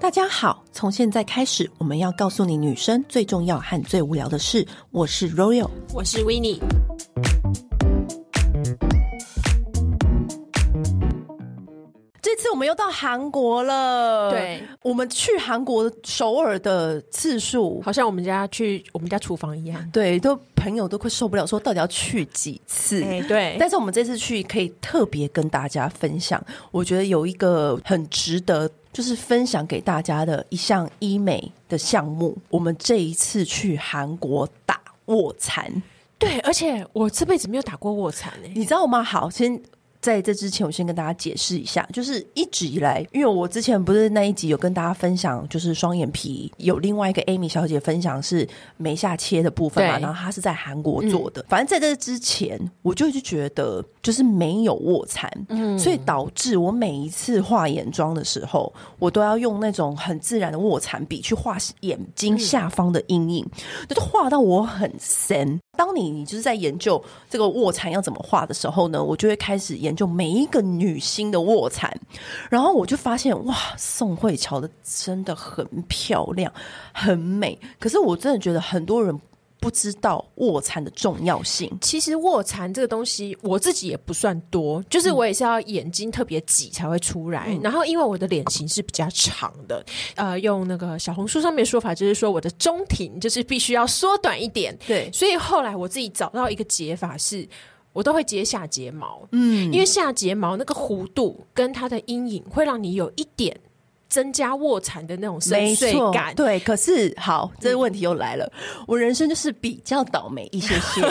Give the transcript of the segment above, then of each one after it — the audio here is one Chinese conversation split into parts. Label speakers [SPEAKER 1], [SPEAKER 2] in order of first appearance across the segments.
[SPEAKER 1] 大家好，从现在开始，我们要告诉你女生最重要和最无聊的事。我是 Royal，
[SPEAKER 2] 我是 w i n n i e
[SPEAKER 1] 这次我们又到韩国了。
[SPEAKER 2] 对，
[SPEAKER 1] 我们去韩国首尔的次数，
[SPEAKER 2] 好像我们家去我们家厨房一样。
[SPEAKER 1] 对，都朋友都快受不了，说到底要去几次？
[SPEAKER 2] 哎对
[SPEAKER 1] 但是我们这次去可以特别跟大家分享，我觉得有一个很值得。就是分享给大家的一项医美的项目，我们这一次去韩国打卧蚕。
[SPEAKER 2] 对，而且我这辈子没有打过卧蚕欸诶。
[SPEAKER 1] 你知道吗？好，先在这之前，我先跟大家解释一下，就是一直以来，因为我之前不是那一集有跟大家分享，就是双眼皮有另外一个 Amy 小姐分享是眉下切的部分嘛，
[SPEAKER 2] 对
[SPEAKER 1] 然后她是在韩国做的。反正在这之前，我就一直觉得就是没有卧蚕，所以导致我每一次画眼妆的时候，我都要用那种很自然的卧蚕笔去画眼睛下方的阴影，就是画到我很深。当你你就是在研究这个卧蚕要怎么画的时候呢，我就会开始研究每一个女星的卧蚕，然后我就发现哇，宋慧乔的真的很漂亮，很美。可是我真的觉得很多人不知道卧蚕的重要性。
[SPEAKER 2] 其实卧蚕这个东西，我自己也不算多，就是我也是要眼睛特别挤才会出来。然后因为我的脸型是比较长的，呃，用那个小红书上面的说法，就是说我的中庭就是必须要缩短一点。
[SPEAKER 1] 对
[SPEAKER 2] 所以后来我自己找到一个解法是。我都会接下睫毛，
[SPEAKER 1] 嗯，
[SPEAKER 2] 因为下睫毛那个弧度跟它的阴影，会让你有一点增加卧蚕的那种深
[SPEAKER 1] 没
[SPEAKER 2] 邃
[SPEAKER 1] 错，
[SPEAKER 2] 感。
[SPEAKER 1] 对，可是好，这个问题又来了。我人生就是比较倒霉一些些，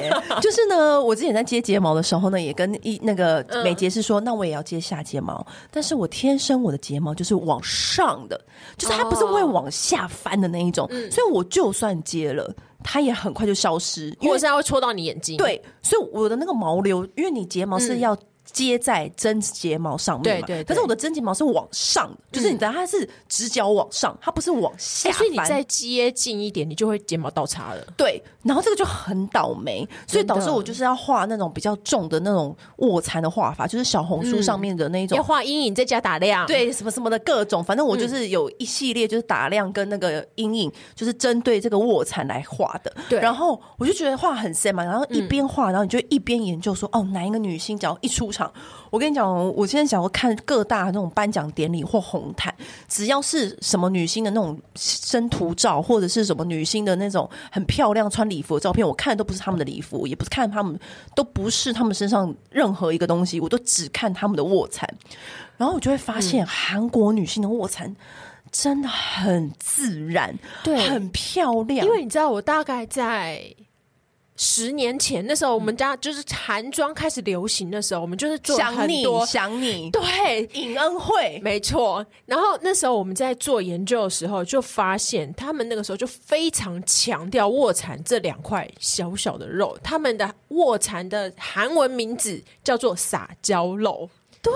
[SPEAKER 1] 就是呢，我之前在接睫毛的时候呢，也跟一那个
[SPEAKER 2] 嗯
[SPEAKER 1] 美睫师说，那我也要接下睫毛，但是我天生我的睫毛就是往上的，就是它不
[SPEAKER 2] 哦
[SPEAKER 1] 是会往下翻的那一种，
[SPEAKER 2] 嗯
[SPEAKER 1] 所以我就算接了，它也很快就消失，因
[SPEAKER 2] 或
[SPEAKER 1] 为
[SPEAKER 2] 者是它会戳到你眼睛。，
[SPEAKER 1] 对，所以我的那个毛流，因为你睫毛是
[SPEAKER 2] 嗯
[SPEAKER 1] 要接在真睫毛上面嘛，
[SPEAKER 2] 对对对
[SPEAKER 1] 但是我的真睫毛是往上的，就是你的它是直角往上，它不是往下
[SPEAKER 2] 欸、
[SPEAKER 1] 翻。
[SPEAKER 2] 所以你再接近一点，你就会睫毛倒插了。
[SPEAKER 1] 对，然后这个就很倒霉，所以
[SPEAKER 2] 真的
[SPEAKER 1] 导致我就是要画那种比较重的那种卧蚕的画法，就是小红书上面的那一种
[SPEAKER 2] 嗯要画阴影，再加打亮。，
[SPEAKER 1] 对，什么什么的各种，反正我
[SPEAKER 2] 嗯
[SPEAKER 1] 就是有一系列就是打亮跟那个阴影，就是针对这个卧蚕来画的。
[SPEAKER 2] 对嗯
[SPEAKER 1] 然后我就觉得画很深嘛，然后一边画，然后你就一边研究说，哦，哪一个女星只要一出场，我跟你讲，哦我现在想要看各大那种颁奖典礼或红毯，只要是什么女星的那种生图照，或者是什么女星的那种很漂亮穿礼服的照片，我看的都不是她们的礼服，也不是看她们，都不是她们身上任何一个东西，我都只看她们的卧蚕。然后我就会发现韩国女性的卧蚕真的很自然，
[SPEAKER 2] 对
[SPEAKER 1] 很漂亮，
[SPEAKER 2] 因为你知道，我大概在。十年前那时候，我们家就是韩妆开始流行的时候，我们就是做了
[SPEAKER 1] 想
[SPEAKER 2] 很
[SPEAKER 1] 你
[SPEAKER 2] 多
[SPEAKER 1] 想你，
[SPEAKER 2] 对，
[SPEAKER 1] 尹恩惠
[SPEAKER 2] 没错。然后那时候我们在做研究的时候，就发现他们那个时候就非常强调卧蚕这两块小小的肉，他们的卧蚕的韩文名字叫做撒娇肉。对，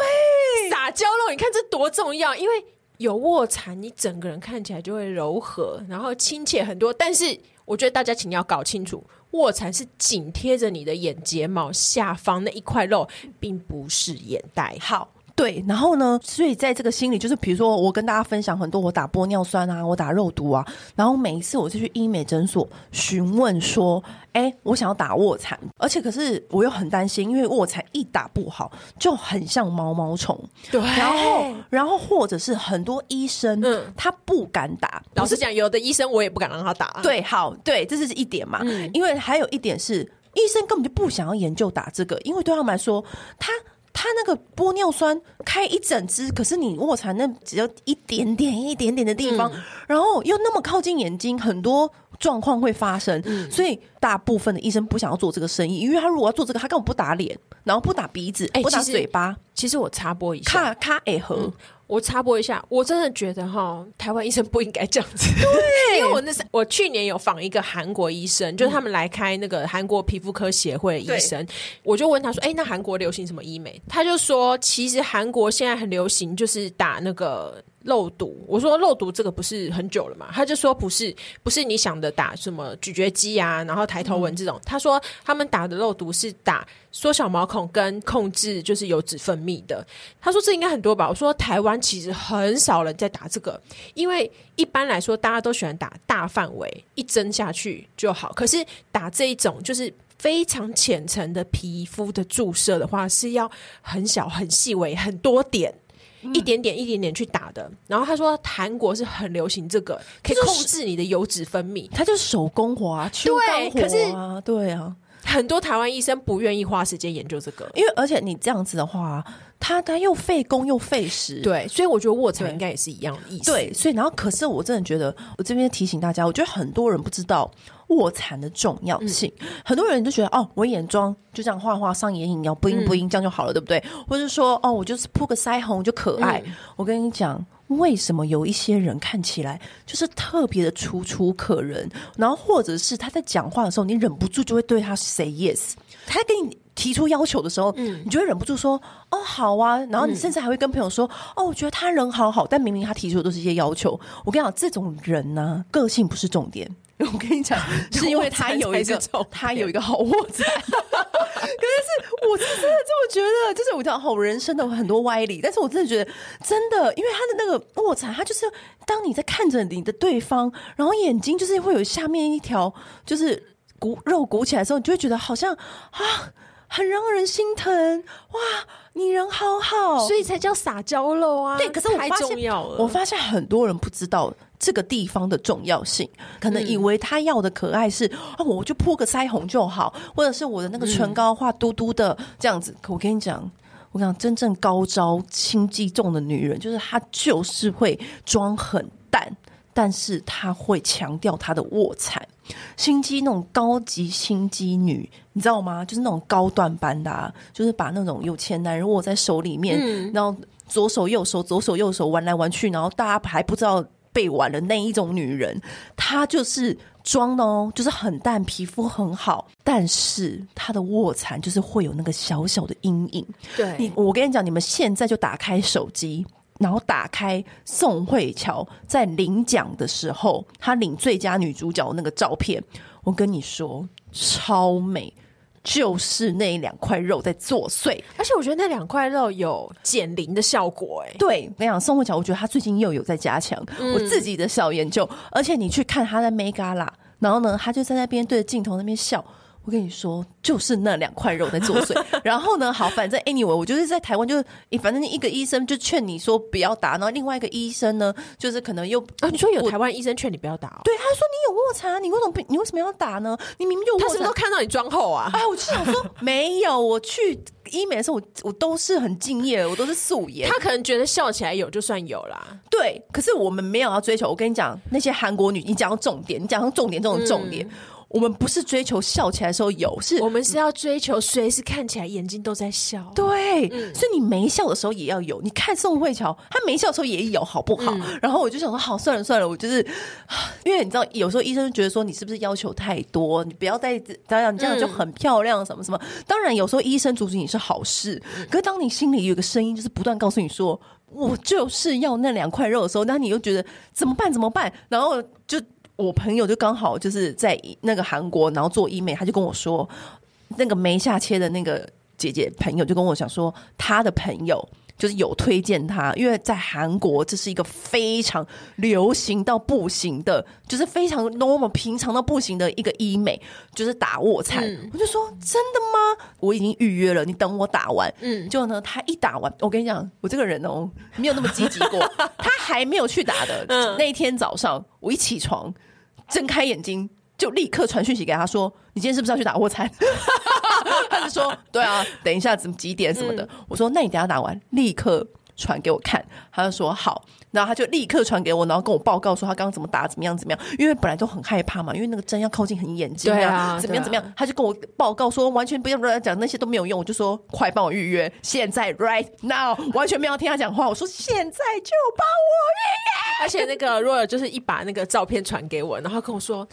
[SPEAKER 2] 撒娇肉，你看这多重要，因为。有卧蚕，你整个人看起来就会柔和，然后亲切很多。但是我觉得大家请要搞清楚，卧蚕是紧贴着你的眼睫毛下方那一块肉，并不是眼袋。
[SPEAKER 1] 好。对，然后呢？所以在这个心里，就是比如说，我跟大家分享很多，我打玻尿酸啊，我打肉毒啊，然后每一次我就去医美诊所询问说，哎，我想要打卧蚕，而且可是我又很担心，因为卧蚕一打不好，就很像毛毛虫，
[SPEAKER 2] 对，
[SPEAKER 1] 然后，然后或者是很多医生，
[SPEAKER 2] 嗯
[SPEAKER 1] 他不敢打，
[SPEAKER 2] 老实讲，有的医生我也不敢让他打。，啊
[SPEAKER 1] 对，好，对，这是一点嘛。
[SPEAKER 2] 嗯
[SPEAKER 1] 因为还有一点是，医生根本就不想要研究打这个，因为对他们来说，他。他那个玻尿酸开一整支，可是你卧蚕那只有一点点、一点点的地方，
[SPEAKER 2] 嗯
[SPEAKER 1] 然后又那么靠近眼睛，很多状况会发生。
[SPEAKER 2] 嗯
[SPEAKER 1] 所以大部分的医生不想要做这个生意，因为他如果要做这个，他根本不打脸，然后不打鼻子，
[SPEAKER 2] 哎
[SPEAKER 1] 不打
[SPEAKER 2] 其实啊嗯
[SPEAKER 1] 嘴巴，
[SPEAKER 2] 其实我插播一下，
[SPEAKER 1] 咔咔哎合。
[SPEAKER 2] 我插播一下，我真的觉得哈，台湾医生不应该这样子。对，因为我那是我去年有访一个韩国医生，就是他们来开那个韩国皮肤科协会的医生，我就问他说：“哎、那韩国流行什么医美？”他就说：“其实韩国现在很流行，就是打那个肉毒，我说肉毒这个不是很久了嘛？他就说不是，不是你想的打什么咀嚼肌啊，然后抬头纹这种。他说他们打的肉毒是打缩小毛孔跟控制就是油脂分泌的。他说这应该很多吧？我说台湾其实很少人在打这个，因为一般来说大家都喜欢打大范围，一针下去就好。可是打这一种就是。非常浅层的皮肤的注射的话，是要很小、很细微、很多点，
[SPEAKER 1] 嗯
[SPEAKER 2] 一点点、一点点去打的。然后他说，韩国是很流行这个，可以
[SPEAKER 1] 就是
[SPEAKER 2] 控制你的油脂分泌。
[SPEAKER 1] 它就手工滑、秋
[SPEAKER 2] 对
[SPEAKER 1] 刀
[SPEAKER 2] 可是
[SPEAKER 1] 活啊，对啊，
[SPEAKER 2] 很多台湾医生不愿意花时间研究这个，
[SPEAKER 1] 因为而且你这样子的话，它它又费工又费时，
[SPEAKER 2] 对，所以我觉得卧蚕
[SPEAKER 1] 对
[SPEAKER 2] 应该也是一样的意思。
[SPEAKER 1] 对，所以然后可是我真的觉得，我这边提醒大家，我觉得很多人不知道卧蚕的重要性，很多人就觉得哦，我眼妆就这样画画，上眼影要不应不应这样就好了，对不对？或者说哦，我就是铺个腮红就可爱。我跟你讲。为什么有一些人看起来就是特别的楚楚可人，然后或者是他在讲话的时候，你忍不住就会对他 say yes。他在跟你提出要求的时候，你就会忍不住说：“哦，好啊。”然后你甚至还会跟朋友说：“哦，我觉得他人好好。”但明明他提出的都是一些要求。我跟你讲，这种人呢、个性不是重点。我跟 你讲，是因为他有一个
[SPEAKER 2] 卧蚕才是重点
[SPEAKER 1] 他有一个好卧蚕。 可是是我是真的这么觉得，就是我讲我人生的很多歪理，但是我真的觉得真的，因为他的那个卧蚕，他就是当你在看着你的对方，然后眼睛就是会有下面一条就是骨肉鼓起来的时候，你就会觉得好像啊，很让人心疼哇，你人好好，
[SPEAKER 2] 所以才叫撒娇肉啊！
[SPEAKER 1] 对，可是我
[SPEAKER 2] 太
[SPEAKER 1] 发
[SPEAKER 2] 重
[SPEAKER 1] 现
[SPEAKER 2] 要了。
[SPEAKER 1] 我发现很多人不知道这个地方的重要性，可能以为他要的可爱是、哦，我就铺个腮红就好，或者是我的那个唇膏画嘟嘟的这样子。可我跟你讲。我跟你讲真正高招、心机重的女人，就是她就是会装很淡，但是她会强调她的卧蚕。心机那种高级心机女，你知道吗？就是那种高段班的、啊，就是把那种有钱男人握在手里面，然后左手右手左手右手玩来玩去，然后大家还不知道被玩的那一种女人，她就是装的哦，就是很淡，皮肤很好，但是她的卧蚕就是会有那个小小的阴影。
[SPEAKER 2] 对
[SPEAKER 1] 你，我跟你讲，你们现在就打开手机，然后打开宋慧乔在领奖的时候，她领最佳女主角的那个照片，我跟你说超美，就是那两块肉在作祟。
[SPEAKER 2] 而且我觉得那两块肉有减龄的效果、哎，
[SPEAKER 1] 对，我跟你讲，宋慧乔，我觉得她最近又有在加强、
[SPEAKER 2] 嗯
[SPEAKER 1] 我自己的小研究，而且你去看她在 Make Gala，然后呢，她就在那边对着镜头那边笑。我跟你说，就是那两块肉在作祟。 然后呢，好，反正 anyway，我就是在台湾，就是反正一个医生就劝你说不要打，然后另外一个医生呢，就是可能又
[SPEAKER 2] 啊，你说有
[SPEAKER 1] 我
[SPEAKER 2] 台湾医生劝你不要打、哦，
[SPEAKER 1] 对他说你有卧蚕，你为什么不你为什么要打呢？你明明就有
[SPEAKER 2] 他
[SPEAKER 1] 卧
[SPEAKER 2] 是不是
[SPEAKER 1] 蚕
[SPEAKER 2] 都，看到你妆后啊？
[SPEAKER 1] 哎，我就想说 没有，我去医美的时候，我我都是很敬业的，我都是素颜。
[SPEAKER 2] 他可能觉得笑起来有就算有啦，
[SPEAKER 1] 对，可是我们没有要追求。我跟你讲，那些韩国女，你讲到重点，你讲到重点，这种重点，我们不是追求笑起来的时候有，是
[SPEAKER 2] 我们是要追求随时看起来眼睛都在笑。
[SPEAKER 1] 对，所以你没笑的时候也要有。你看宋慧乔，她没笑的时候也有，好不好？然后我就想说，好，算了算了，我就是，因为你知道，有时候医生就觉得说你是不是要求太多，你不要再当然你这样就很漂亮，什么什么。当然，有时候医生阻止你是好事，可是当你心里有一个声音，就是不断告诉你说。我就是要那两块肉的时候，那你又觉得怎么办？怎么办？然后就我朋友就刚好就是在那个韩国，然后做医美，他就跟我说，那个没下切的那个姐姐朋友就跟我讲说，她的朋友就是有推荐她，因为在韩国这是一个非常流行到不行的，就是非常 normal 平常到不行的一个医美，就是打卧蚕。我就说真的吗？我已经预约了，你等我打完。嗯，结果呢，她一打完，我跟你讲，我这个人哦没有那么积极过，她还没有去打的。那一天早上我一起床，睁开眼睛就立刻传讯息给他说：“你今天是不是要去打卧蚕？”他就说：“对啊，等一下怎么几点什么
[SPEAKER 2] 嗯
[SPEAKER 1] 的。我说：“那你等一下打完立刻传给我看。”他就说：“好。”然后他就立刻传给我，然后跟我报告说他刚刚怎么打，怎么样怎么样。因为本来就很害怕嘛，因为那个针要靠近很眼睛
[SPEAKER 2] 对啊
[SPEAKER 1] 怎么样
[SPEAKER 2] 对啊
[SPEAKER 1] 怎么样。他就跟我报告说完全不要不要讲那些都没有用。我就说快帮我预 约，现在 right now，完全没有听他讲话。我说现在就帮我
[SPEAKER 2] 而且那个若尔就是一把那个照片传给我，然后跟我说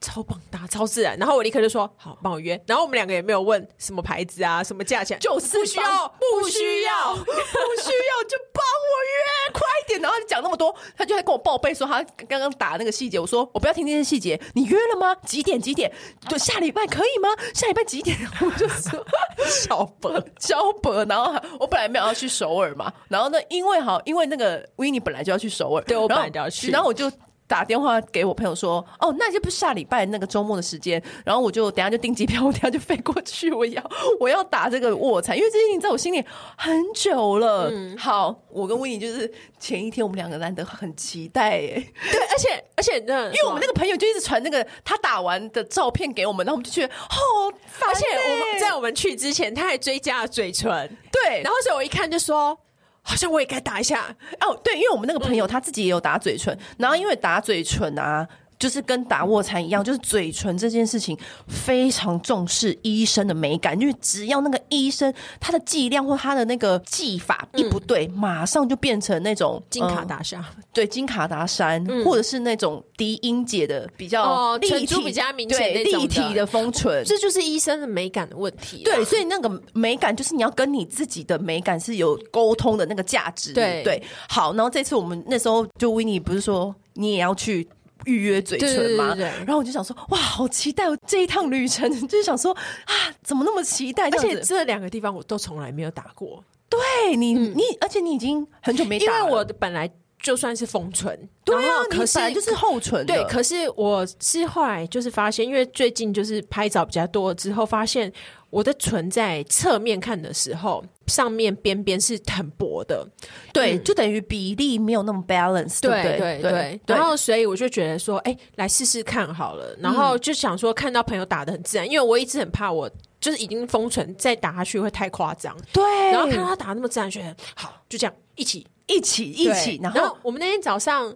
[SPEAKER 2] 超棒搭超自然，然后我立刻就说好帮我约，然后我们两个也没有问什么牌子啊什么价钱，
[SPEAKER 1] 就是
[SPEAKER 2] 不需要
[SPEAKER 1] 帮
[SPEAKER 2] 不需要
[SPEAKER 1] 预约，不需要就帮我约，快点然后讲那么多，他就在跟我报备说他刚刚打那个细节。我说我不要听这些细节，你约了吗？几点？几点？就下礼拜可以吗？下礼拜几点？ 我就说小伯，小伯。然后我本来没有要去首尔嘛，然后呢，因为好，因为那个维尼本来就要去首尔，
[SPEAKER 2] 对我
[SPEAKER 1] 然后
[SPEAKER 2] 本来就要去
[SPEAKER 1] 然后我就。打电话给我朋友说，哦，那就不是下礼拜那个周末的时间，然后我就等一下就订机票，我等一下就飞过去，我要我要打这个卧蚕，因为这件事情在我心里很久了。
[SPEAKER 2] 嗯
[SPEAKER 1] 好，我跟温妮就是前一天我们两个难得很期待耶、
[SPEAKER 2] 对，而且而且那，
[SPEAKER 1] 因
[SPEAKER 2] 因
[SPEAKER 1] 为我们那个朋友就一直传那个他打完的照片给我们，然后我们就觉得好烦、欸
[SPEAKER 2] 而且我
[SPEAKER 1] 耶
[SPEAKER 2] 们在我们去之前，他还追加了嘴唇，
[SPEAKER 1] 对，然
[SPEAKER 2] 然后所以我一看就说，好像我也该打一下。
[SPEAKER 1] 哦，对，因为我们那个朋
[SPEAKER 2] 嗯
[SPEAKER 1] 友他自己也有打嘴唇，然后因为打嘴唇啊，就是跟打卧蚕一样，就是嘴唇这件事情非常重视医生的美感，因为只要那个医生他的剂量或他的那个技法一不对，马上就变成那种
[SPEAKER 2] 嗯金卡、
[SPEAKER 1] 呃
[SPEAKER 2] 打下
[SPEAKER 1] 对金卡达山，或者是那种低音节的比较
[SPEAKER 2] 哦
[SPEAKER 1] 立
[SPEAKER 2] 唇
[SPEAKER 1] 体、
[SPEAKER 2] 珠比较明显
[SPEAKER 1] 对
[SPEAKER 2] 那种
[SPEAKER 1] 立体
[SPEAKER 2] 的
[SPEAKER 1] 的丰唇，
[SPEAKER 2] 这就是医生的美感的问题啦。
[SPEAKER 1] 对，所以那个美感就是你要跟你自己的美感是有沟通的那个价值。
[SPEAKER 2] 对
[SPEAKER 1] 对，好，然后这次我们那时候就 w i n n 不是说你也要去。预约嘴唇吗？
[SPEAKER 2] 对对对对
[SPEAKER 1] 然后我就想说，哇，好期待哦这一趟旅程， 就是想说啊，怎么那么期待？
[SPEAKER 2] 而
[SPEAKER 1] 这样
[SPEAKER 2] 且
[SPEAKER 1] 子，
[SPEAKER 2] 这两个地方我都从来没有打过，
[SPEAKER 1] 对你，你，而且你已经很久没
[SPEAKER 2] 因
[SPEAKER 1] 打
[SPEAKER 2] 为
[SPEAKER 1] 了，
[SPEAKER 2] 我本来就算是封唇，
[SPEAKER 1] 对
[SPEAKER 2] 然
[SPEAKER 1] 啊
[SPEAKER 2] 后，
[SPEAKER 1] 你
[SPEAKER 2] 可是
[SPEAKER 1] 本来就是厚唇的，
[SPEAKER 2] 对，可是我是后来就是发现，因为最近就是拍照比较多之后，发现我的唇在侧面看的时候，上面边边是很薄的，
[SPEAKER 1] 对，就等于比例没有那么 balance，不
[SPEAKER 2] 对
[SPEAKER 1] 嗯对
[SPEAKER 2] 对对，然后所以我就觉得说，哎、来试试看好了。然后
[SPEAKER 1] 嗯
[SPEAKER 2] 就想说，看到朋友打的很自然，因为我一直很怕我就是已经封唇再打下去会太夸张，
[SPEAKER 1] 对，
[SPEAKER 2] 然后看到他打得那么自然，觉得好就这样一起
[SPEAKER 1] 一起哎一
[SPEAKER 2] 对
[SPEAKER 1] 起，然
[SPEAKER 2] 然
[SPEAKER 1] 后
[SPEAKER 2] 我们那天早上，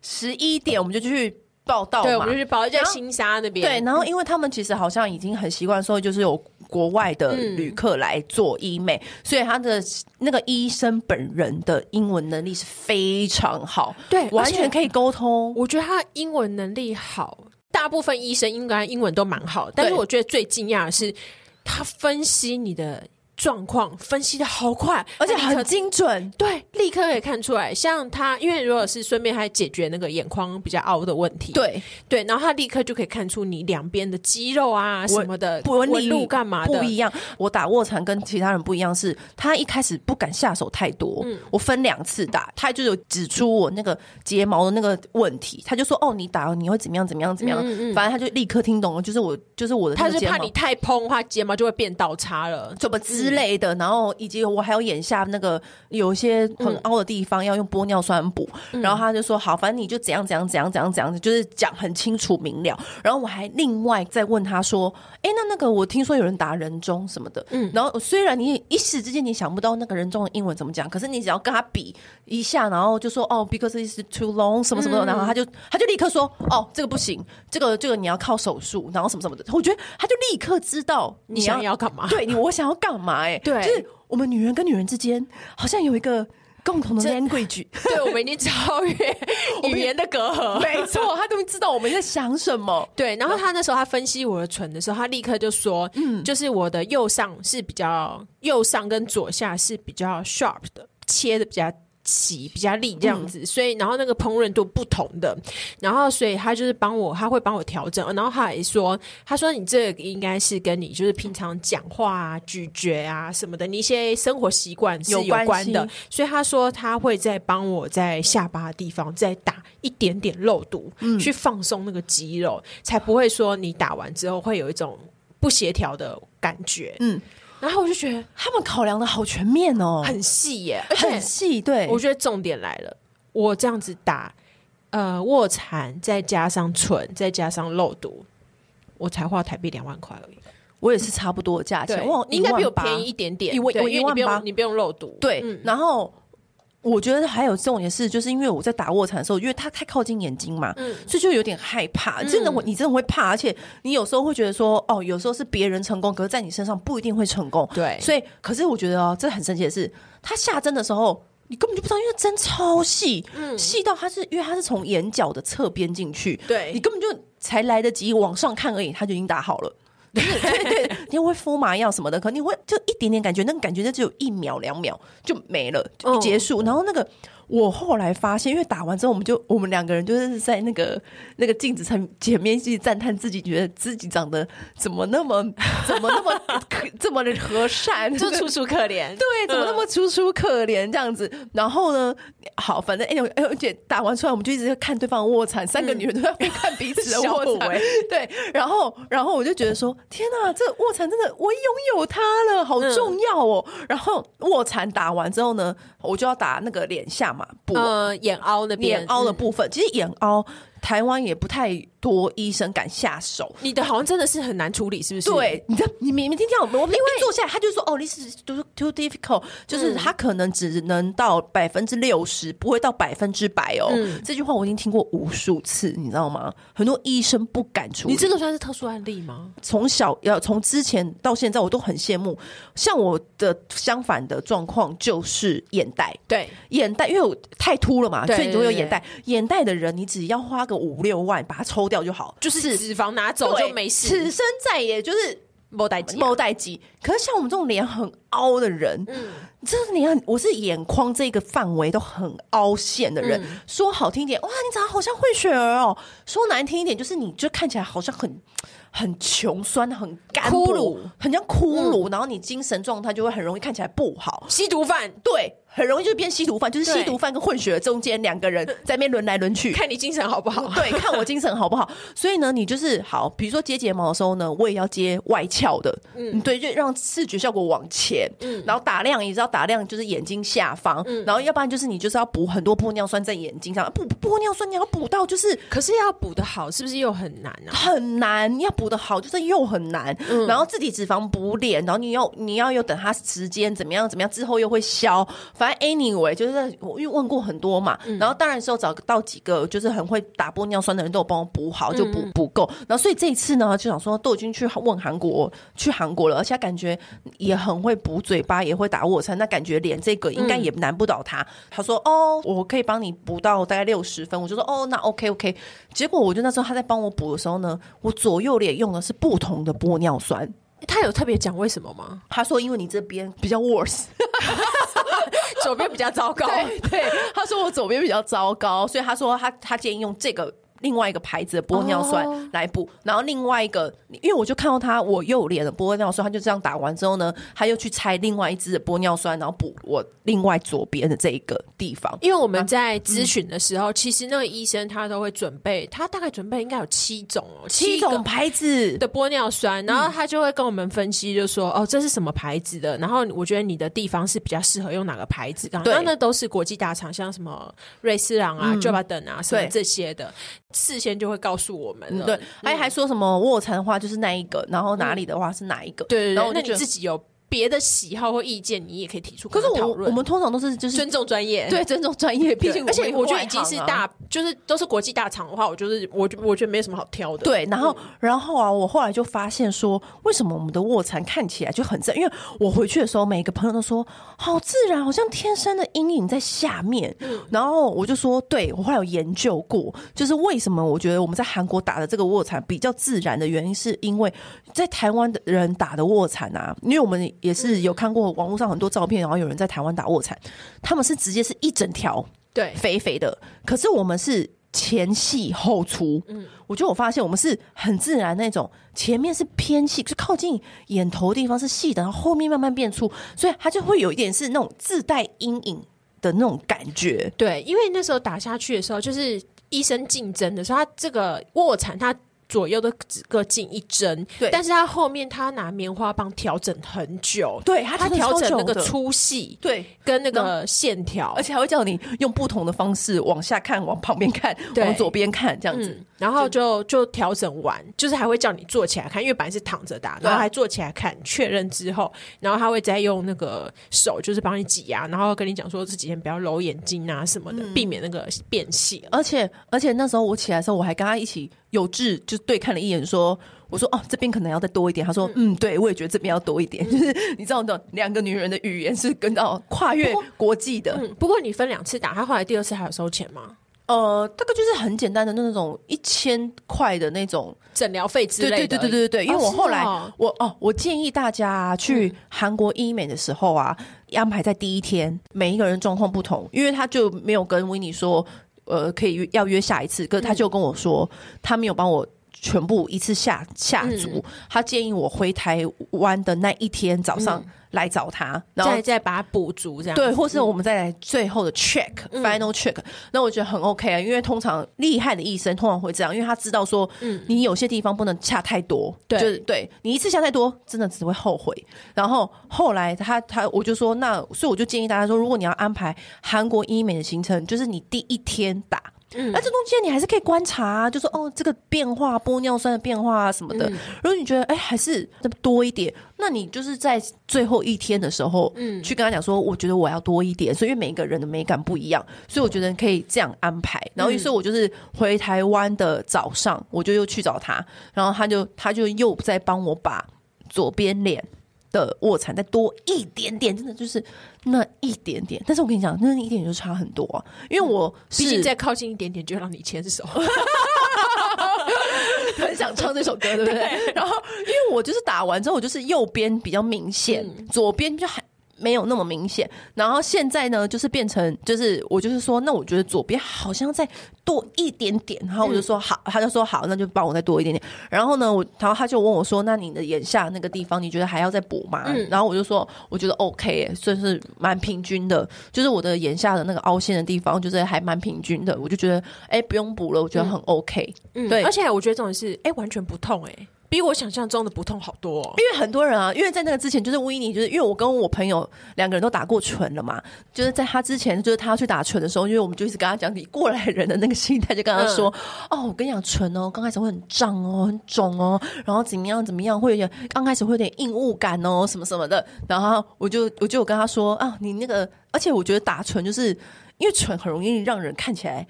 [SPEAKER 1] 十一点我们就去报道嘛，
[SPEAKER 2] 对，我们就去包在
[SPEAKER 1] 然后
[SPEAKER 2] 新沙那边，
[SPEAKER 1] 对，然后因为他们其实好像已经很习惯说，就是有国外的旅客来做医美，所以他的那个医生本人的英文能力是非常好，
[SPEAKER 2] 对
[SPEAKER 1] 完
[SPEAKER 2] 而且
[SPEAKER 1] 全可以沟通。
[SPEAKER 2] 我觉得他英文能力好，大部分医生应该英文都蛮好，但是
[SPEAKER 1] 对
[SPEAKER 2] 我觉得最惊讶的是他分析你的状况，分析的好快，
[SPEAKER 1] 而且
[SPEAKER 2] 他立刻
[SPEAKER 1] 很精准，
[SPEAKER 2] 对，立刻可以看出来。像他，因为如果是顺便还解决那个眼眶比较凹的问题，
[SPEAKER 1] 对，
[SPEAKER 2] 对，然后他立刻就可以看出你两边的肌肉啊
[SPEAKER 1] 纹
[SPEAKER 2] 什么的
[SPEAKER 1] 纹理
[SPEAKER 2] 路干嘛的
[SPEAKER 1] 不一样。我打卧蚕跟其他人不一样是，他一开始不敢下手太多，我分两次打，他就有指出我那个睫毛的那个问题，他就说哦，你打了你会怎么样怎么样怎么样，反正他就立刻听懂了，就是我嗯就是我的那
[SPEAKER 2] 他
[SPEAKER 1] 个
[SPEAKER 2] 就
[SPEAKER 1] 睫
[SPEAKER 2] 怕
[SPEAKER 1] 毛
[SPEAKER 2] 你太蓬的话，睫毛就会变倒叉了。
[SPEAKER 1] 怎么之类的，然后以及我还有眼下那个有一些很凹的地方要用玻尿酸补，然后他就说好，反正你就怎样怎样怎样怎样怎样，就是讲很清楚明了。然后我还另外再问他说，哎，那那个我听说有人打人中什么的，然后虽然你一时之间你想不到那个人中的英文怎么讲，可是你只要跟他比一下，然后就说哦，because it's too long 什么什么的，然后他就他就立刻说哦，这个不行，这个这个你要靠手术，然后什么什么的，我觉得他就立刻知道
[SPEAKER 2] 你想要干嘛？
[SPEAKER 1] 对你，我想要干嘛、欸？哎，
[SPEAKER 2] 对
[SPEAKER 1] 就是我们女人跟女人之间好像有一个共同的 language。
[SPEAKER 2] 对，我们已经超越语言的隔阂。
[SPEAKER 1] 没错，他都知道我们在想什么。
[SPEAKER 2] 对，然后他那时候他分析我的唇的时候，他立刻就说，嗯，就是我的右上是比较右上跟左下是比较 sharp 的，切的比较齐、比较利这
[SPEAKER 1] 嗯
[SPEAKER 2] 样子，所以然后那个烹饪度不同的，然后所以他就是帮我，他会帮我调整，然后他还说，他说你这个应该是跟你就是平常讲话啊、咀嚼啊什么的，你一些生活习惯是
[SPEAKER 1] 有
[SPEAKER 2] 有
[SPEAKER 1] 关
[SPEAKER 2] 关的
[SPEAKER 1] 系，
[SPEAKER 2] 所以他说他会再帮我在下巴的地方再打一点点肉毒，
[SPEAKER 1] 嗯
[SPEAKER 2] 去放松那个肌肉，才不会说你打完之后会有一种不协调的感觉。嗯
[SPEAKER 1] 嗯，
[SPEAKER 2] 然后我就觉得
[SPEAKER 1] 他们考量的好全面哦，
[SPEAKER 2] 很细耶，而
[SPEAKER 1] 很
[SPEAKER 2] 且
[SPEAKER 1] 细。对，
[SPEAKER 2] 我觉得重点来了，我这样子打呃卧蚕，再加上唇，再加上肉毒。我才花台币两万块而已，
[SPEAKER 1] 我也是差不多的价钱。哇，
[SPEAKER 2] 你应该比我
[SPEAKER 1] 18,000
[SPEAKER 2] 便宜一点点，
[SPEAKER 1] 一万
[SPEAKER 2] 对
[SPEAKER 1] 我
[SPEAKER 2] 因
[SPEAKER 1] 一
[SPEAKER 2] 为你
[SPEAKER 1] 万
[SPEAKER 2] 不
[SPEAKER 1] 八
[SPEAKER 2] 用你不用肉毒，
[SPEAKER 1] 对，
[SPEAKER 2] 嗯
[SPEAKER 1] 然后我觉得还有重点是，就是因为我在打卧蚕的时候，因为它太靠近眼睛嘛，
[SPEAKER 2] 嗯
[SPEAKER 1] 所以就有点害怕。真的，我你真的会怕，而且你有时候会觉得说，哦，有时候是别人成功，可是在你身上不一定会成功。
[SPEAKER 2] 对
[SPEAKER 1] 所以可是我觉得哦，这很神奇的是，它下针的时候。你根本就不知道，因为针超细，
[SPEAKER 2] 嗯
[SPEAKER 1] 细到它是因为它是从眼角的侧边进去，
[SPEAKER 2] 对
[SPEAKER 1] 你根本就才来得及往上看而已，它就已经打好 了。对对，你会敷麻药什么的，可你会就一点点感觉，那个感觉就只有一秒两秒就没了，就
[SPEAKER 2] 嗯
[SPEAKER 1] 结束。然后那个我后来发现，因为打完之后，我们就我们两个人就是在那个那个镜子前前面去赞叹自己，觉得自己长得怎么那么怎么那么可这么的和善，
[SPEAKER 2] 就楚楚可怜。
[SPEAKER 1] 对，怎么那么楚楚可怜这样子？然后呢，好，反正哎呦哎呦，而且打完出来，我们就一直在看对方的卧蚕，三个女人都在看彼此的
[SPEAKER 2] 小
[SPEAKER 1] 卧
[SPEAKER 2] 虎
[SPEAKER 1] 蚕
[SPEAKER 2] 欸。
[SPEAKER 1] 对，然后然后我就觉得说，天哪、这卧蚕真的我拥有它了，
[SPEAKER 2] 嗯
[SPEAKER 1] 好重要哦。然后卧蚕打完之后呢，我就要打那个脸下马步。
[SPEAKER 2] 呃，眼凹那边，
[SPEAKER 1] 眼凹的
[SPEAKER 2] 嗯，
[SPEAKER 1] 部分，其实眼凹台湾也不太多医生敢下手。
[SPEAKER 2] 你的好像真的是很难处理，是不是？
[SPEAKER 1] 对，你知道，你明明听见我们，我明明坐下来，他就说哦，this is too too difficult，就是
[SPEAKER 2] 嗯
[SPEAKER 1] 他可能只能到百分之六十，不会到百分之百哦。
[SPEAKER 2] 嗯
[SPEAKER 1] 这句话我已经听过无数次，你知道吗？很多医生不敢处理。
[SPEAKER 2] 你这个算是特殊案例吗？
[SPEAKER 1] 从小要从之前到现在，我都很羡慕。像我的相反的状况就是眼袋，
[SPEAKER 2] 对，
[SPEAKER 1] 眼袋，因为我太秃了嘛，
[SPEAKER 2] 对
[SPEAKER 1] 所以你就会有眼袋。眼袋的人，你只要花个五六万把它抽掉就好，
[SPEAKER 2] 就是脂肪拿走
[SPEAKER 1] 对
[SPEAKER 2] 就没
[SPEAKER 1] 此
[SPEAKER 2] 事，
[SPEAKER 1] 生再也就是
[SPEAKER 2] 莫代金。
[SPEAKER 1] 某代肌。可是像我们这种脸很凹的人，这脸很我是眼眶这个范围都很凹陷的人，说好听一点，哇，你长得好像混血儿哦；说难听一点，就是你就看起来好像很。很穷酸，很干
[SPEAKER 2] 骷
[SPEAKER 1] 薄
[SPEAKER 2] 髅，
[SPEAKER 1] 很像骷髅，然后你精神状态就会很容易看起来不好，
[SPEAKER 2] 吸毒犯，
[SPEAKER 1] 对，很容易就变吸毒犯，就是
[SPEAKER 2] 对
[SPEAKER 1] 吸毒犯跟混血儿中间两个人在那边轮来轮去，
[SPEAKER 2] 看你精神好不好？
[SPEAKER 1] 对，看我精神好不好。所以呢，你就是好，比如说接睫毛的时候呢，我也要接外翘的，嗯，对，就让视觉效果往前，嗯，然后打亮也是要打亮，就是眼睛下方，然后要不然就是你就是要补很多玻尿酸在眼睛上，啊补玻尿酸你要补到就是
[SPEAKER 2] 可是要补的好，是不是又很 难啊？
[SPEAKER 1] 很难，要补的好就是又很难，然后自体脂肪补脸，然后你要你要有等它时间怎么样怎么样之后又会消，反正 anyway 就是我因为问过很多嘛，然后当然是有找到几个就是很会打玻尿酸的人都有帮我补好，就补补够，然后所以这一次呢就想说都已经去问韩国去韩国了，而且他感觉也很会补嘴巴，也会打卧蚕，那感觉脸这个应该也难不倒他。他说哦，我可以帮你补到大概六十分，我就说哦，那 OK OK。结果我就那时候他在帮我补的时候呢，我左右脸用的是不同的玻尿酸。
[SPEAKER 2] 他有特别讲为什 么吗？
[SPEAKER 1] 他说因为你这边比较 worse，
[SPEAKER 2] 左边比较糟 糕，
[SPEAKER 1] 对，他说我左边比较糟糕，所以他说他他建议用这个。另外一个牌子的玻尿酸
[SPEAKER 2] 哦
[SPEAKER 1] 来补然后另外一个，因为我就看到他我右脸的玻尿酸，他就这样打完之后呢，他又去拆另外一支的玻尿酸，然后补我另外左边的这一个地方。
[SPEAKER 2] 因为我们在咨询的时候，其实那个医生他都会准备，他大概准备应该有七种哦，
[SPEAKER 1] 七
[SPEAKER 2] 个
[SPEAKER 1] 种牌子，
[SPEAKER 2] 的玻尿酸，然后他就会跟我们分析，就说、
[SPEAKER 1] 嗯
[SPEAKER 2] 哦，这是什么牌子的，然后我觉得你的地方是比较适合用哪个牌子的，
[SPEAKER 1] 对嗯
[SPEAKER 2] 那那都是国际大厂，像什么瑞士朗啊、j o b a d e n 啊什么
[SPEAKER 1] 对
[SPEAKER 2] 这些的，事先就会告诉我们
[SPEAKER 1] 嗯
[SPEAKER 2] 了。
[SPEAKER 1] 对，还还说什么卧蚕的话就是那一个，然后哪里的话是哪一个，
[SPEAKER 2] 对对对，
[SPEAKER 1] 然后我
[SPEAKER 2] 那
[SPEAKER 1] 就
[SPEAKER 2] 你
[SPEAKER 1] 觉
[SPEAKER 2] 自
[SPEAKER 1] 得，
[SPEAKER 2] 己有别的喜好或意见，你也可以提出
[SPEAKER 1] 可
[SPEAKER 2] 跟
[SPEAKER 1] 是
[SPEAKER 2] 他讨论。
[SPEAKER 1] 我我们通常都是就是
[SPEAKER 2] 尊重专业，
[SPEAKER 1] 对尊重专业，毕
[SPEAKER 2] 对。
[SPEAKER 1] 竟
[SPEAKER 2] 而且
[SPEAKER 1] 们
[SPEAKER 2] 我觉得
[SPEAKER 1] 外
[SPEAKER 2] 已经是
[SPEAKER 1] 行啊
[SPEAKER 2] 大，就是都是国际大厂的话，我就是我就我觉得没什么好挑的。
[SPEAKER 1] 对，然后，然后啊，我后来就发现说，为什么我们的卧蚕看起来就很正？因为我回去的时候，每个朋友都说好自然，好像天生的阴影在下面。然后我就说，对我后来有研究过，就是为什么我觉得我们在韩国打的这个卧蚕比较自然的原因，是因为在台湾的人打的卧蚕啊，因为我们也是有看过网络上很多照片，然后有人在台湾打卧蚕，他们是直接是一整条，
[SPEAKER 2] 对，
[SPEAKER 1] 肥肥的，可是我们是前细后粗。嗯，我觉得我发现我们是很自然那种，前面是偏细，就是靠近眼头的地方是细的，然后后面慢慢变粗，所以它就会有一点是那种自带阴影的那种感觉。
[SPEAKER 2] 对，因为那时候打下去的时候，就是医生竞争的时候，他这个卧蚕他。左右都只各进一针，
[SPEAKER 1] 对
[SPEAKER 2] 但是他后面他拿棉花棒调整很久，
[SPEAKER 1] 对，它
[SPEAKER 2] 他
[SPEAKER 1] 真的
[SPEAKER 2] 调
[SPEAKER 1] 超
[SPEAKER 2] 整
[SPEAKER 1] 久
[SPEAKER 2] 那个
[SPEAKER 1] 的，
[SPEAKER 2] 粗细
[SPEAKER 1] 对。
[SPEAKER 2] 跟那个线条
[SPEAKER 1] 而，且还会叫你用不同的方式往下看，往旁边看，
[SPEAKER 2] 对
[SPEAKER 1] 往左边看，这样子。
[SPEAKER 2] 嗯，然后就就调整完，就是还会叫你坐起来看，因为本来是躺着打，
[SPEAKER 1] 对啊
[SPEAKER 2] 然后还坐起来看，确认之后，然后他会再用那个手就是帮你挤压，然后跟你讲说这几天不要揉眼睛啊什么的，
[SPEAKER 1] 嗯
[SPEAKER 2] 避免那个变细。
[SPEAKER 1] 而且而且那时候我起来的时候，我还跟他一起有志就对看了一眼说。我说哦，这边可能要再多一点。他说，嗯，对，我也觉得这边要多一点。
[SPEAKER 2] 嗯
[SPEAKER 1] 就是 你知道，你懂，两个女人的语言是跟到跨越
[SPEAKER 2] 不过嗯
[SPEAKER 1] 国际的，
[SPEAKER 2] 嗯，不过你分两次打，他后来第二次还有收钱吗？
[SPEAKER 1] 呃，大概就是很简单的那种一千块的那种
[SPEAKER 2] 诊疗费之
[SPEAKER 1] 对
[SPEAKER 2] 类的。
[SPEAKER 1] 对对对对对，因为
[SPEAKER 2] 哦
[SPEAKER 1] 我
[SPEAKER 2] 是
[SPEAKER 1] 后来、
[SPEAKER 2] 哦
[SPEAKER 1] 我哦，我建议大家、啊、去韩国医美的时候啊，安排在第一天，每一个人状况不同，因为他就没有跟维尼说，呃，可以约要约下一次，可是他就跟我说，他没有帮我。全部一次下下足，他建议我回台湾的那一天早上来找他，然后
[SPEAKER 2] 再再把它补足这样。嗯
[SPEAKER 1] 对，或是我们再来最后的 check、final check，那我觉得很 OK 啊，因为通常厉害的医生通常会这样，因为他知道说，你有些地方不能下太多，
[SPEAKER 2] 嗯对
[SPEAKER 1] 就是对你一次下太多，真的只会后悔。然后后来他他我就说，那所以我就建议大家说，如果你要安排韩国医美的行程，就是你第一天打。
[SPEAKER 2] 嗯
[SPEAKER 1] 那这中间你还是可以观察、啊，就说哦，这个变化玻尿酸的变化啊什么的。
[SPEAKER 2] 嗯
[SPEAKER 1] 如果你觉得哎、还是多一点，那你就是在最后一天的时候，嗯，去跟他讲说，我觉得我要多一点，所以因为每一个人的美感不一样，所以我觉得可以这样安排。然
[SPEAKER 2] 嗯
[SPEAKER 1] 后，所以我就是回台湾的早上，我就又去找他，然后他就他就又在帮我把左边脸。的卧蚕再多一点点，真的就是那一点点。但是我跟你讲，那一点点就差很多、啊，因为我
[SPEAKER 2] 毕竟
[SPEAKER 1] 是
[SPEAKER 2] 再靠近一点点就让你牵 手。
[SPEAKER 1] 很想唱这首歌，对 不对？然后因为我就是打完之后，我就是右边比较明显，左边就还。没有那么明显，然后现在呢，就是变成就是我就是说，那我觉得左边好像再多一点点，然后我就说好，他就说好，那就帮我再多一点点。然后呢，我然后他就问我说，那你的眼下那个地方，你觉得还要再补吗？然后我就说，我觉得 OK，欸算是蛮平均的，就是我的眼下的那个凹陷的地方，就是还蛮平均的，我就觉得哎、不用补了，我觉得很 OK。
[SPEAKER 2] 嗯
[SPEAKER 1] 对
[SPEAKER 2] 而且我觉得这种是，哎、完全不痛、哎，比我想象中的不痛好多、哦。
[SPEAKER 1] 因为很多人啊，因为在那个之前，就是维尼，就是因为我跟我朋友两个人都打过唇了嘛，就是在他之前，就是他要去打唇的时候，因为我们就一直跟他讲你过来人的那个心态，就跟他说，哦，我跟你讲，唇哦，刚开始会很胀哦，很肿哦，然后怎么样怎么样，会有点刚开始会有点硬物感哦，什么什么的，然后我就我就有跟他说啊，你那个，而且我觉得打唇就是因为唇很容易让人看起来。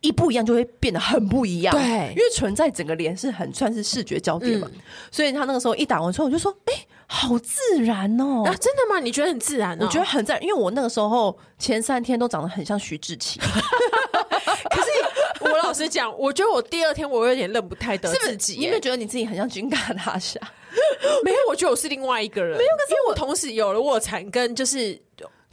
[SPEAKER 1] 一不一样就会变得很不一样，
[SPEAKER 2] 对
[SPEAKER 1] 因为唇在整个脸是很算是视觉焦点嘛，所以他那个时候一打完之后，我就说：“哎、好自然哦、
[SPEAKER 2] 啊，真的吗？你觉得很自然、哦？
[SPEAKER 1] 我觉得，很自然，因为我那个时候前三天都长得很像徐志奇，
[SPEAKER 2] 可是 我老实讲，我觉得我第二天我有点认不太 得
[SPEAKER 1] 是不
[SPEAKER 2] 自
[SPEAKER 1] 是？
[SPEAKER 2] 己、
[SPEAKER 1] 你有没有觉得你自己很像君嘎大侠？
[SPEAKER 2] 没有，我觉得我是另外一个人。没有，可是我同时有了卧蚕跟就是，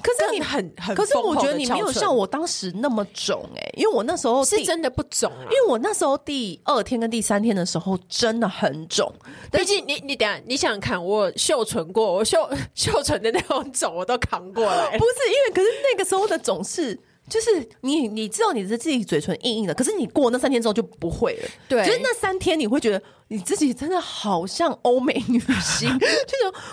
[SPEAKER 2] 可
[SPEAKER 1] 是你
[SPEAKER 2] 很很，
[SPEAKER 1] 可是我觉得你没有像，我当时那么肿哎、因为我那时候第
[SPEAKER 2] 是真的不肿啊
[SPEAKER 1] 因。为我那时候第二天跟第三天的时候真的很肿，
[SPEAKER 2] 毕竟你你等一下你想想看，我秀唇过，我秀 秀唇的那种肿我都扛过来了
[SPEAKER 1] 不。是因为，可是那个时候的总是。就是你，你知道你的自己嘴唇硬硬的，可是你过那三天之后就不会了。
[SPEAKER 2] 对
[SPEAKER 1] 就是那三天你会觉得你自己真的好像欧美女星。就是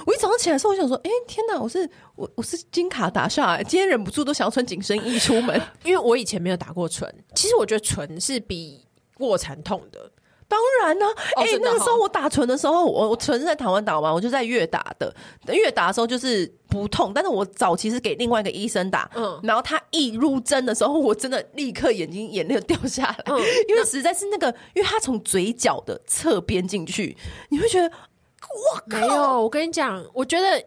[SPEAKER 1] 我一早上起来的时候，我想说，哎、天哪，我是我我是金卡达下、欸，今天忍不住都想要穿紧身衣出门。
[SPEAKER 2] 因为我以前没有打过唇，其实我觉得唇是比卧蚕痛的。
[SPEAKER 1] 当然呢、
[SPEAKER 2] 哦
[SPEAKER 1] 哎、
[SPEAKER 2] 真的
[SPEAKER 1] 那个时候
[SPEAKER 2] 哦
[SPEAKER 1] 我打唇的时候，我我唇是在台湾打完，我就在越打的。越打的时候就是不痛，但是我早期是给另外一个医生打，
[SPEAKER 2] 嗯
[SPEAKER 1] 嗯，然后他一入针的时候，我真的立刻眼睛眼泪就掉下来，
[SPEAKER 2] 嗯
[SPEAKER 1] 因为实在是那个，因为他从嘴角的侧边进去，你会觉得哇
[SPEAKER 2] 没有，我跟你讲，我觉得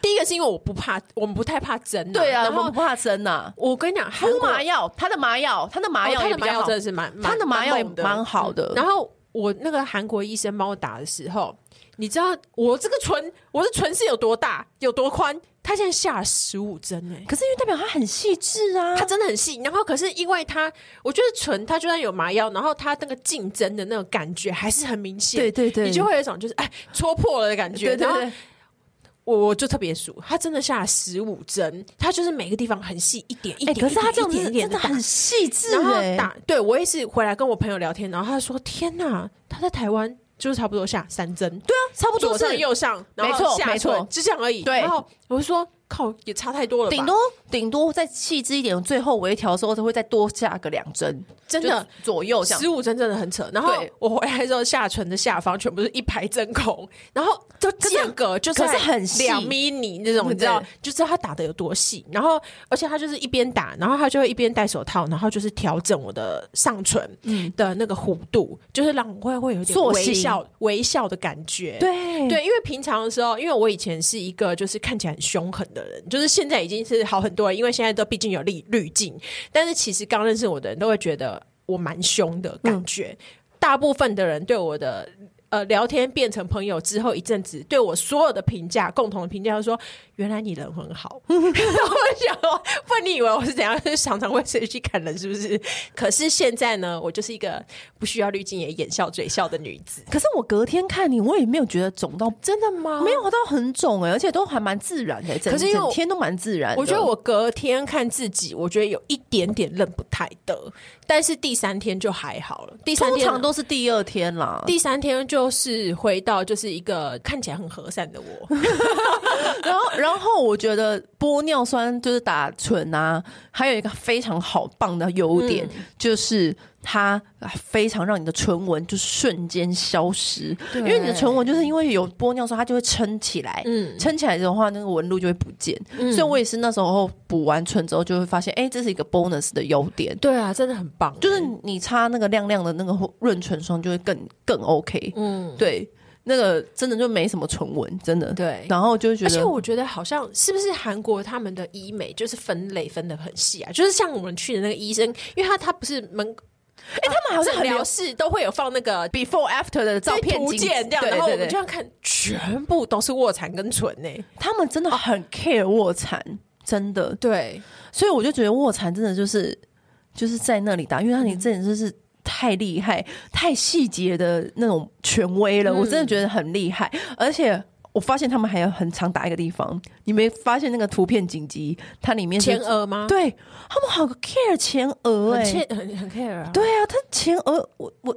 [SPEAKER 2] 第一个是因为我不怕，我们不太怕针、
[SPEAKER 1] 对啊，
[SPEAKER 2] 然
[SPEAKER 1] 我
[SPEAKER 2] 后
[SPEAKER 1] 不怕啊针呐、
[SPEAKER 2] 我跟你讲，
[SPEAKER 1] 敷
[SPEAKER 2] 韩国
[SPEAKER 1] 麻药，他的麻药，他的麻
[SPEAKER 2] 哦
[SPEAKER 1] 药
[SPEAKER 2] 他
[SPEAKER 1] 也
[SPEAKER 2] 的
[SPEAKER 1] 比
[SPEAKER 2] 麻
[SPEAKER 1] 较
[SPEAKER 2] 药
[SPEAKER 1] 好，
[SPEAKER 2] 真的是蛮，蛮
[SPEAKER 1] 他的麻药也
[SPEAKER 2] 猛的嗯
[SPEAKER 1] 蛮好的
[SPEAKER 2] 然后我那个韩国医生帮我打的时候，你知道我这个唇，我的唇是有多大，有多宽？他现在下了十五针哎。
[SPEAKER 1] 可是因为代表他很细致啊，
[SPEAKER 2] 它真的很细，然后可是因为它，我觉得唇它就算有麻药，然后它那个竞争的那种感觉还是很明显，
[SPEAKER 1] 对对对
[SPEAKER 2] 你就会有一种就是哎戳破了的感觉。
[SPEAKER 1] 对对
[SPEAKER 2] 然后
[SPEAKER 1] 对，
[SPEAKER 2] 我我就特别数，他真的下了十五针，他就是每个地方很细，一点一
[SPEAKER 1] 哎、
[SPEAKER 2] 点。
[SPEAKER 1] 可是他
[SPEAKER 2] 一点
[SPEAKER 1] 这样子
[SPEAKER 2] 一点一点
[SPEAKER 1] 真的
[SPEAKER 2] 地打
[SPEAKER 1] 很细致、
[SPEAKER 2] 然后
[SPEAKER 1] 欸，
[SPEAKER 2] 打，对我也是回来跟我朋友聊天，然后他说：“天哪，他在台湾就是差不多下三针，
[SPEAKER 1] 对啊，差不
[SPEAKER 2] 左
[SPEAKER 1] 多
[SPEAKER 2] 上
[SPEAKER 1] 是
[SPEAKER 2] 右上，然后
[SPEAKER 1] 没错
[SPEAKER 2] 下
[SPEAKER 1] 没错
[SPEAKER 2] 唇就这样而已。”
[SPEAKER 1] 对
[SPEAKER 2] 然后我就说：“靠，也差太多了吧，
[SPEAKER 1] 顶多顶多再细致一点，最后微调的时候，它会再多下个两针，
[SPEAKER 2] 真的
[SPEAKER 1] 就左右这样。
[SPEAKER 2] 十五针真的很扯。”然后
[SPEAKER 1] 对
[SPEAKER 2] 我回来之后，下唇的下方全部是一排针孔，然后就间隔就是
[SPEAKER 1] 可是很细
[SPEAKER 2] 两米米那种，你知道
[SPEAKER 1] 对，
[SPEAKER 2] 就知道他打的有多细。然后而且他就是一边打，然后他就会一边戴手套，然后就是调整我的上唇的那个弧度，就是让我会会有一点
[SPEAKER 1] 塑
[SPEAKER 2] 微
[SPEAKER 1] 形
[SPEAKER 2] 笑微笑的感觉。
[SPEAKER 1] 对
[SPEAKER 2] 嗯对，因为平常的时候，因为我以前是一个就是看起来很凶狠的的人，就是现在已经是好很多了，因为现在都毕竟有滤滤镜。但是其实刚认识我的人都会觉得我蛮凶的感觉，大部分的人对我的。呃，聊天变成朋友之后一阵子，对我所有的评价，共同的评价，就说原来你人很好。 我想说，不，你以为我是怎样？ 常常会谁去砍人，是不是？可是现在呢，我就是一个不需要滤镜也眼笑嘴笑的女子。
[SPEAKER 1] 可是我隔天看你，我也没有觉得肿到，
[SPEAKER 2] 真的吗
[SPEAKER 1] 没有到很肿哎、而且都还蛮自然的、整
[SPEAKER 2] 可是因为我
[SPEAKER 1] 整天都蛮自然的。
[SPEAKER 2] 我觉得我隔天看自己，我觉得有一点点认不太得，但是第三天就还好了。第三
[SPEAKER 1] 通
[SPEAKER 2] 天
[SPEAKER 1] 常都是第二天啦，
[SPEAKER 2] 第三天就是回到就是一个看起来很和善的我，
[SPEAKER 1] 然后，然后我觉得玻尿酸就是打唇啊，还有一个非常好棒的优点，就是它非常让你的唇纹就瞬间消失，因为你的唇纹就是因为有玻尿酸，它就会撑起来，
[SPEAKER 2] 嗯，
[SPEAKER 1] 撑起来的话，那个纹路就会不见。所以我也是那时候补完唇之后，就会发现，哎、这是一个 bonus 的优点，
[SPEAKER 2] 对啊，真的很棒，
[SPEAKER 1] 就是你擦那个亮亮的那个润唇霜，就会更更 OK。
[SPEAKER 2] 嗯，
[SPEAKER 1] 对，那个真的就没什么唇纹，真的。
[SPEAKER 2] 对。
[SPEAKER 1] 然后就会觉
[SPEAKER 2] 而
[SPEAKER 1] 得，
[SPEAKER 2] 且我觉得好像是不是韩国他们的医美就是分类分的很细啊，就是像我们去的那个医生，因为他他不是门，哎、他们
[SPEAKER 1] 好啊像很
[SPEAKER 2] 疗
[SPEAKER 1] 流
[SPEAKER 2] 室都会有放那个
[SPEAKER 1] before after 的照片
[SPEAKER 2] 图
[SPEAKER 1] 精致
[SPEAKER 2] 鉴这样，
[SPEAKER 1] 对
[SPEAKER 2] 然后我
[SPEAKER 1] 对
[SPEAKER 2] 们
[SPEAKER 1] 对
[SPEAKER 2] 这样看，全部都是卧蚕跟唇欸呢、
[SPEAKER 1] 他们真的很 care 卧蚕，真的，
[SPEAKER 2] 对，
[SPEAKER 1] 所以我就觉得卧蚕真的就是就是在那里打，因为他
[SPEAKER 2] 嗯
[SPEAKER 1] 你真的就是太厉害、太细节的那种权威
[SPEAKER 2] 嗯
[SPEAKER 1] 了，我真的觉得很厉害，而且。我发现他们还有很常打一个地方，你没发现那个图片紧急，它里面是
[SPEAKER 2] 前额吗？
[SPEAKER 1] 对他们好 care 前额哎、
[SPEAKER 2] 很切很很 care 啊。
[SPEAKER 1] 对啊，他前额我我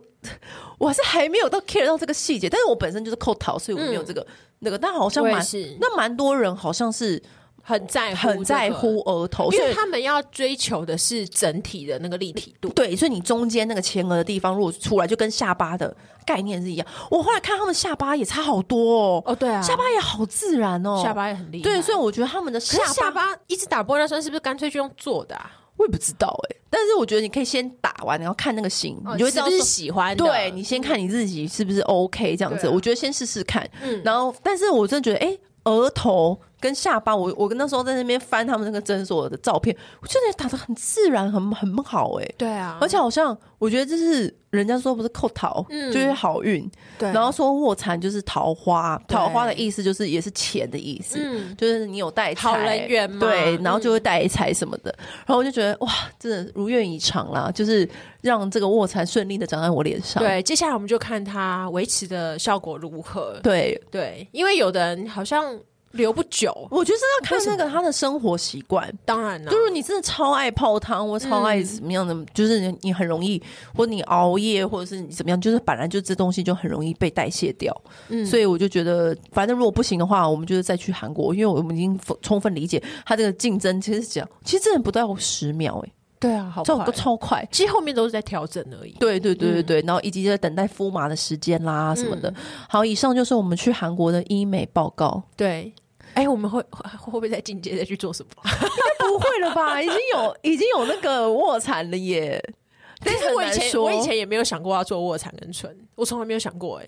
[SPEAKER 1] 我是还没有到 care 到这个细节，但是我本身就是扣桃，所以我没有这个、那个，但好像
[SPEAKER 2] 嗯我也
[SPEAKER 1] 蛮
[SPEAKER 2] 是
[SPEAKER 1] 那蛮多人好像是
[SPEAKER 2] 很在乎、
[SPEAKER 1] 很在乎，额头，
[SPEAKER 2] 因
[SPEAKER 1] 所
[SPEAKER 2] 为
[SPEAKER 1] 以
[SPEAKER 2] 他们要追求的是整体的那个立体度。
[SPEAKER 1] 对，所以你中间那个前额的地方如果出来，就跟下巴的概念是一样。我后来看他们下巴也差好多哦，
[SPEAKER 2] 哦，对啊，
[SPEAKER 1] 下巴也好自然哦，
[SPEAKER 2] 下巴也很厉害。
[SPEAKER 1] 对，所以我觉得他们的下
[SPEAKER 2] 可
[SPEAKER 1] 巴
[SPEAKER 2] 是下巴一直打玻尿酸，是不是干脆就用做的啊？
[SPEAKER 1] 我也不知道哎、但是我觉得你可以先打完，然后看那个型，你就会知
[SPEAKER 2] 是
[SPEAKER 1] 道
[SPEAKER 2] 不
[SPEAKER 1] 说
[SPEAKER 2] 是喜欢的？
[SPEAKER 1] 对你先看你自己是不是 OK 这样子，
[SPEAKER 2] 对啊
[SPEAKER 1] 我觉得先试试看。
[SPEAKER 2] 嗯
[SPEAKER 1] 然后，但是我真的觉得，哎、额头跟下巴，我我跟那时候在那边翻他们那个诊所的照片，我觉得打的很自然，很很好哎、
[SPEAKER 2] 对啊，
[SPEAKER 1] 而且好像我觉得这是人家说不是扣桃，
[SPEAKER 2] 嗯
[SPEAKER 1] 就是好运，
[SPEAKER 2] 对，
[SPEAKER 1] 然后说卧蚕就是桃花，
[SPEAKER 2] 对
[SPEAKER 1] 桃花的意思就是也是钱的意思，
[SPEAKER 2] 嗯，
[SPEAKER 1] 就是你有带财
[SPEAKER 2] 好人缘嘛嗯
[SPEAKER 1] 对，然后就会带财什么的。然后我就觉得哇，真的如愿以偿啦，就是让这个卧蚕顺利的长在我脸上。
[SPEAKER 2] 对，接下来我们就看它维持的效果如何。
[SPEAKER 1] 对，
[SPEAKER 2] 对，因为有的人好像留不久，
[SPEAKER 1] 我觉得这要看那个他的生活习惯。
[SPEAKER 2] 当然了
[SPEAKER 1] 就，是你真的超爱泡汤，或超
[SPEAKER 2] 嗯
[SPEAKER 1] 爱怎么样的，就是你你很容易，或你熬夜，或者是你怎么样，就是本来就这东西就很容易被代谢掉。
[SPEAKER 2] 嗯
[SPEAKER 1] 所以我就觉得，反正如果不行的话，我们就是再去韩国，因为我们已经充分理解它这个竞争。其实讲，其实真的不到十秒、欸，
[SPEAKER 2] 对啊，好
[SPEAKER 1] 哎，超
[SPEAKER 2] 快
[SPEAKER 1] 都。超快。
[SPEAKER 2] 其实后面都是在调整而已。
[SPEAKER 1] 对对对对对，然后以及在等待敷麻的时间啦什么的。好，以上就是我们去韩国的医美报告。
[SPEAKER 2] 对，哎，我们会会会不会再进阶再去做什么？
[SPEAKER 1] 不会了吧？已经有已经有那个卧蚕了耶。
[SPEAKER 2] 但是我
[SPEAKER 1] 很
[SPEAKER 2] 以
[SPEAKER 1] 难
[SPEAKER 2] 前
[SPEAKER 1] 说
[SPEAKER 2] 我以前也没有想过要做卧蚕跟唇，我从来没有想过哎、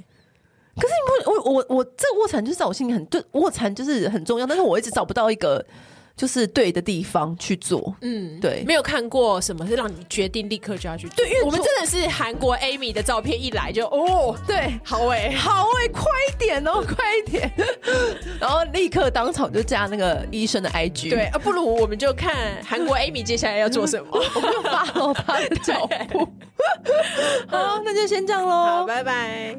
[SPEAKER 1] 我我我这个卧蚕就是在我心里很对，卧蚕就是很重要，但是我一直找不到一个就是对的地方去做。
[SPEAKER 2] 嗯，
[SPEAKER 1] 对
[SPEAKER 2] 没有看过什么是让你决定立刻就要去做。
[SPEAKER 1] 对因为
[SPEAKER 2] 我们
[SPEAKER 1] 做
[SPEAKER 2] 真的是韩国 Amy 的照片一来就哦，
[SPEAKER 1] 对，
[SPEAKER 2] 好哎、
[SPEAKER 1] 好哎、快一点哦，快一点！然后立刻当场就加那个医生的 IG，
[SPEAKER 2] 对，，啊，不如我们就看韩国 Amy 接下来要做什 么。
[SPEAKER 1] 我就发了他的 脚步。好，那就先这样
[SPEAKER 2] 好，
[SPEAKER 1] 喽，
[SPEAKER 2] 拜拜。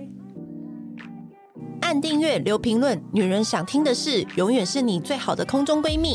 [SPEAKER 1] 按订阅，留评论，女人想听的事，永远是你最好的空中闺蜜。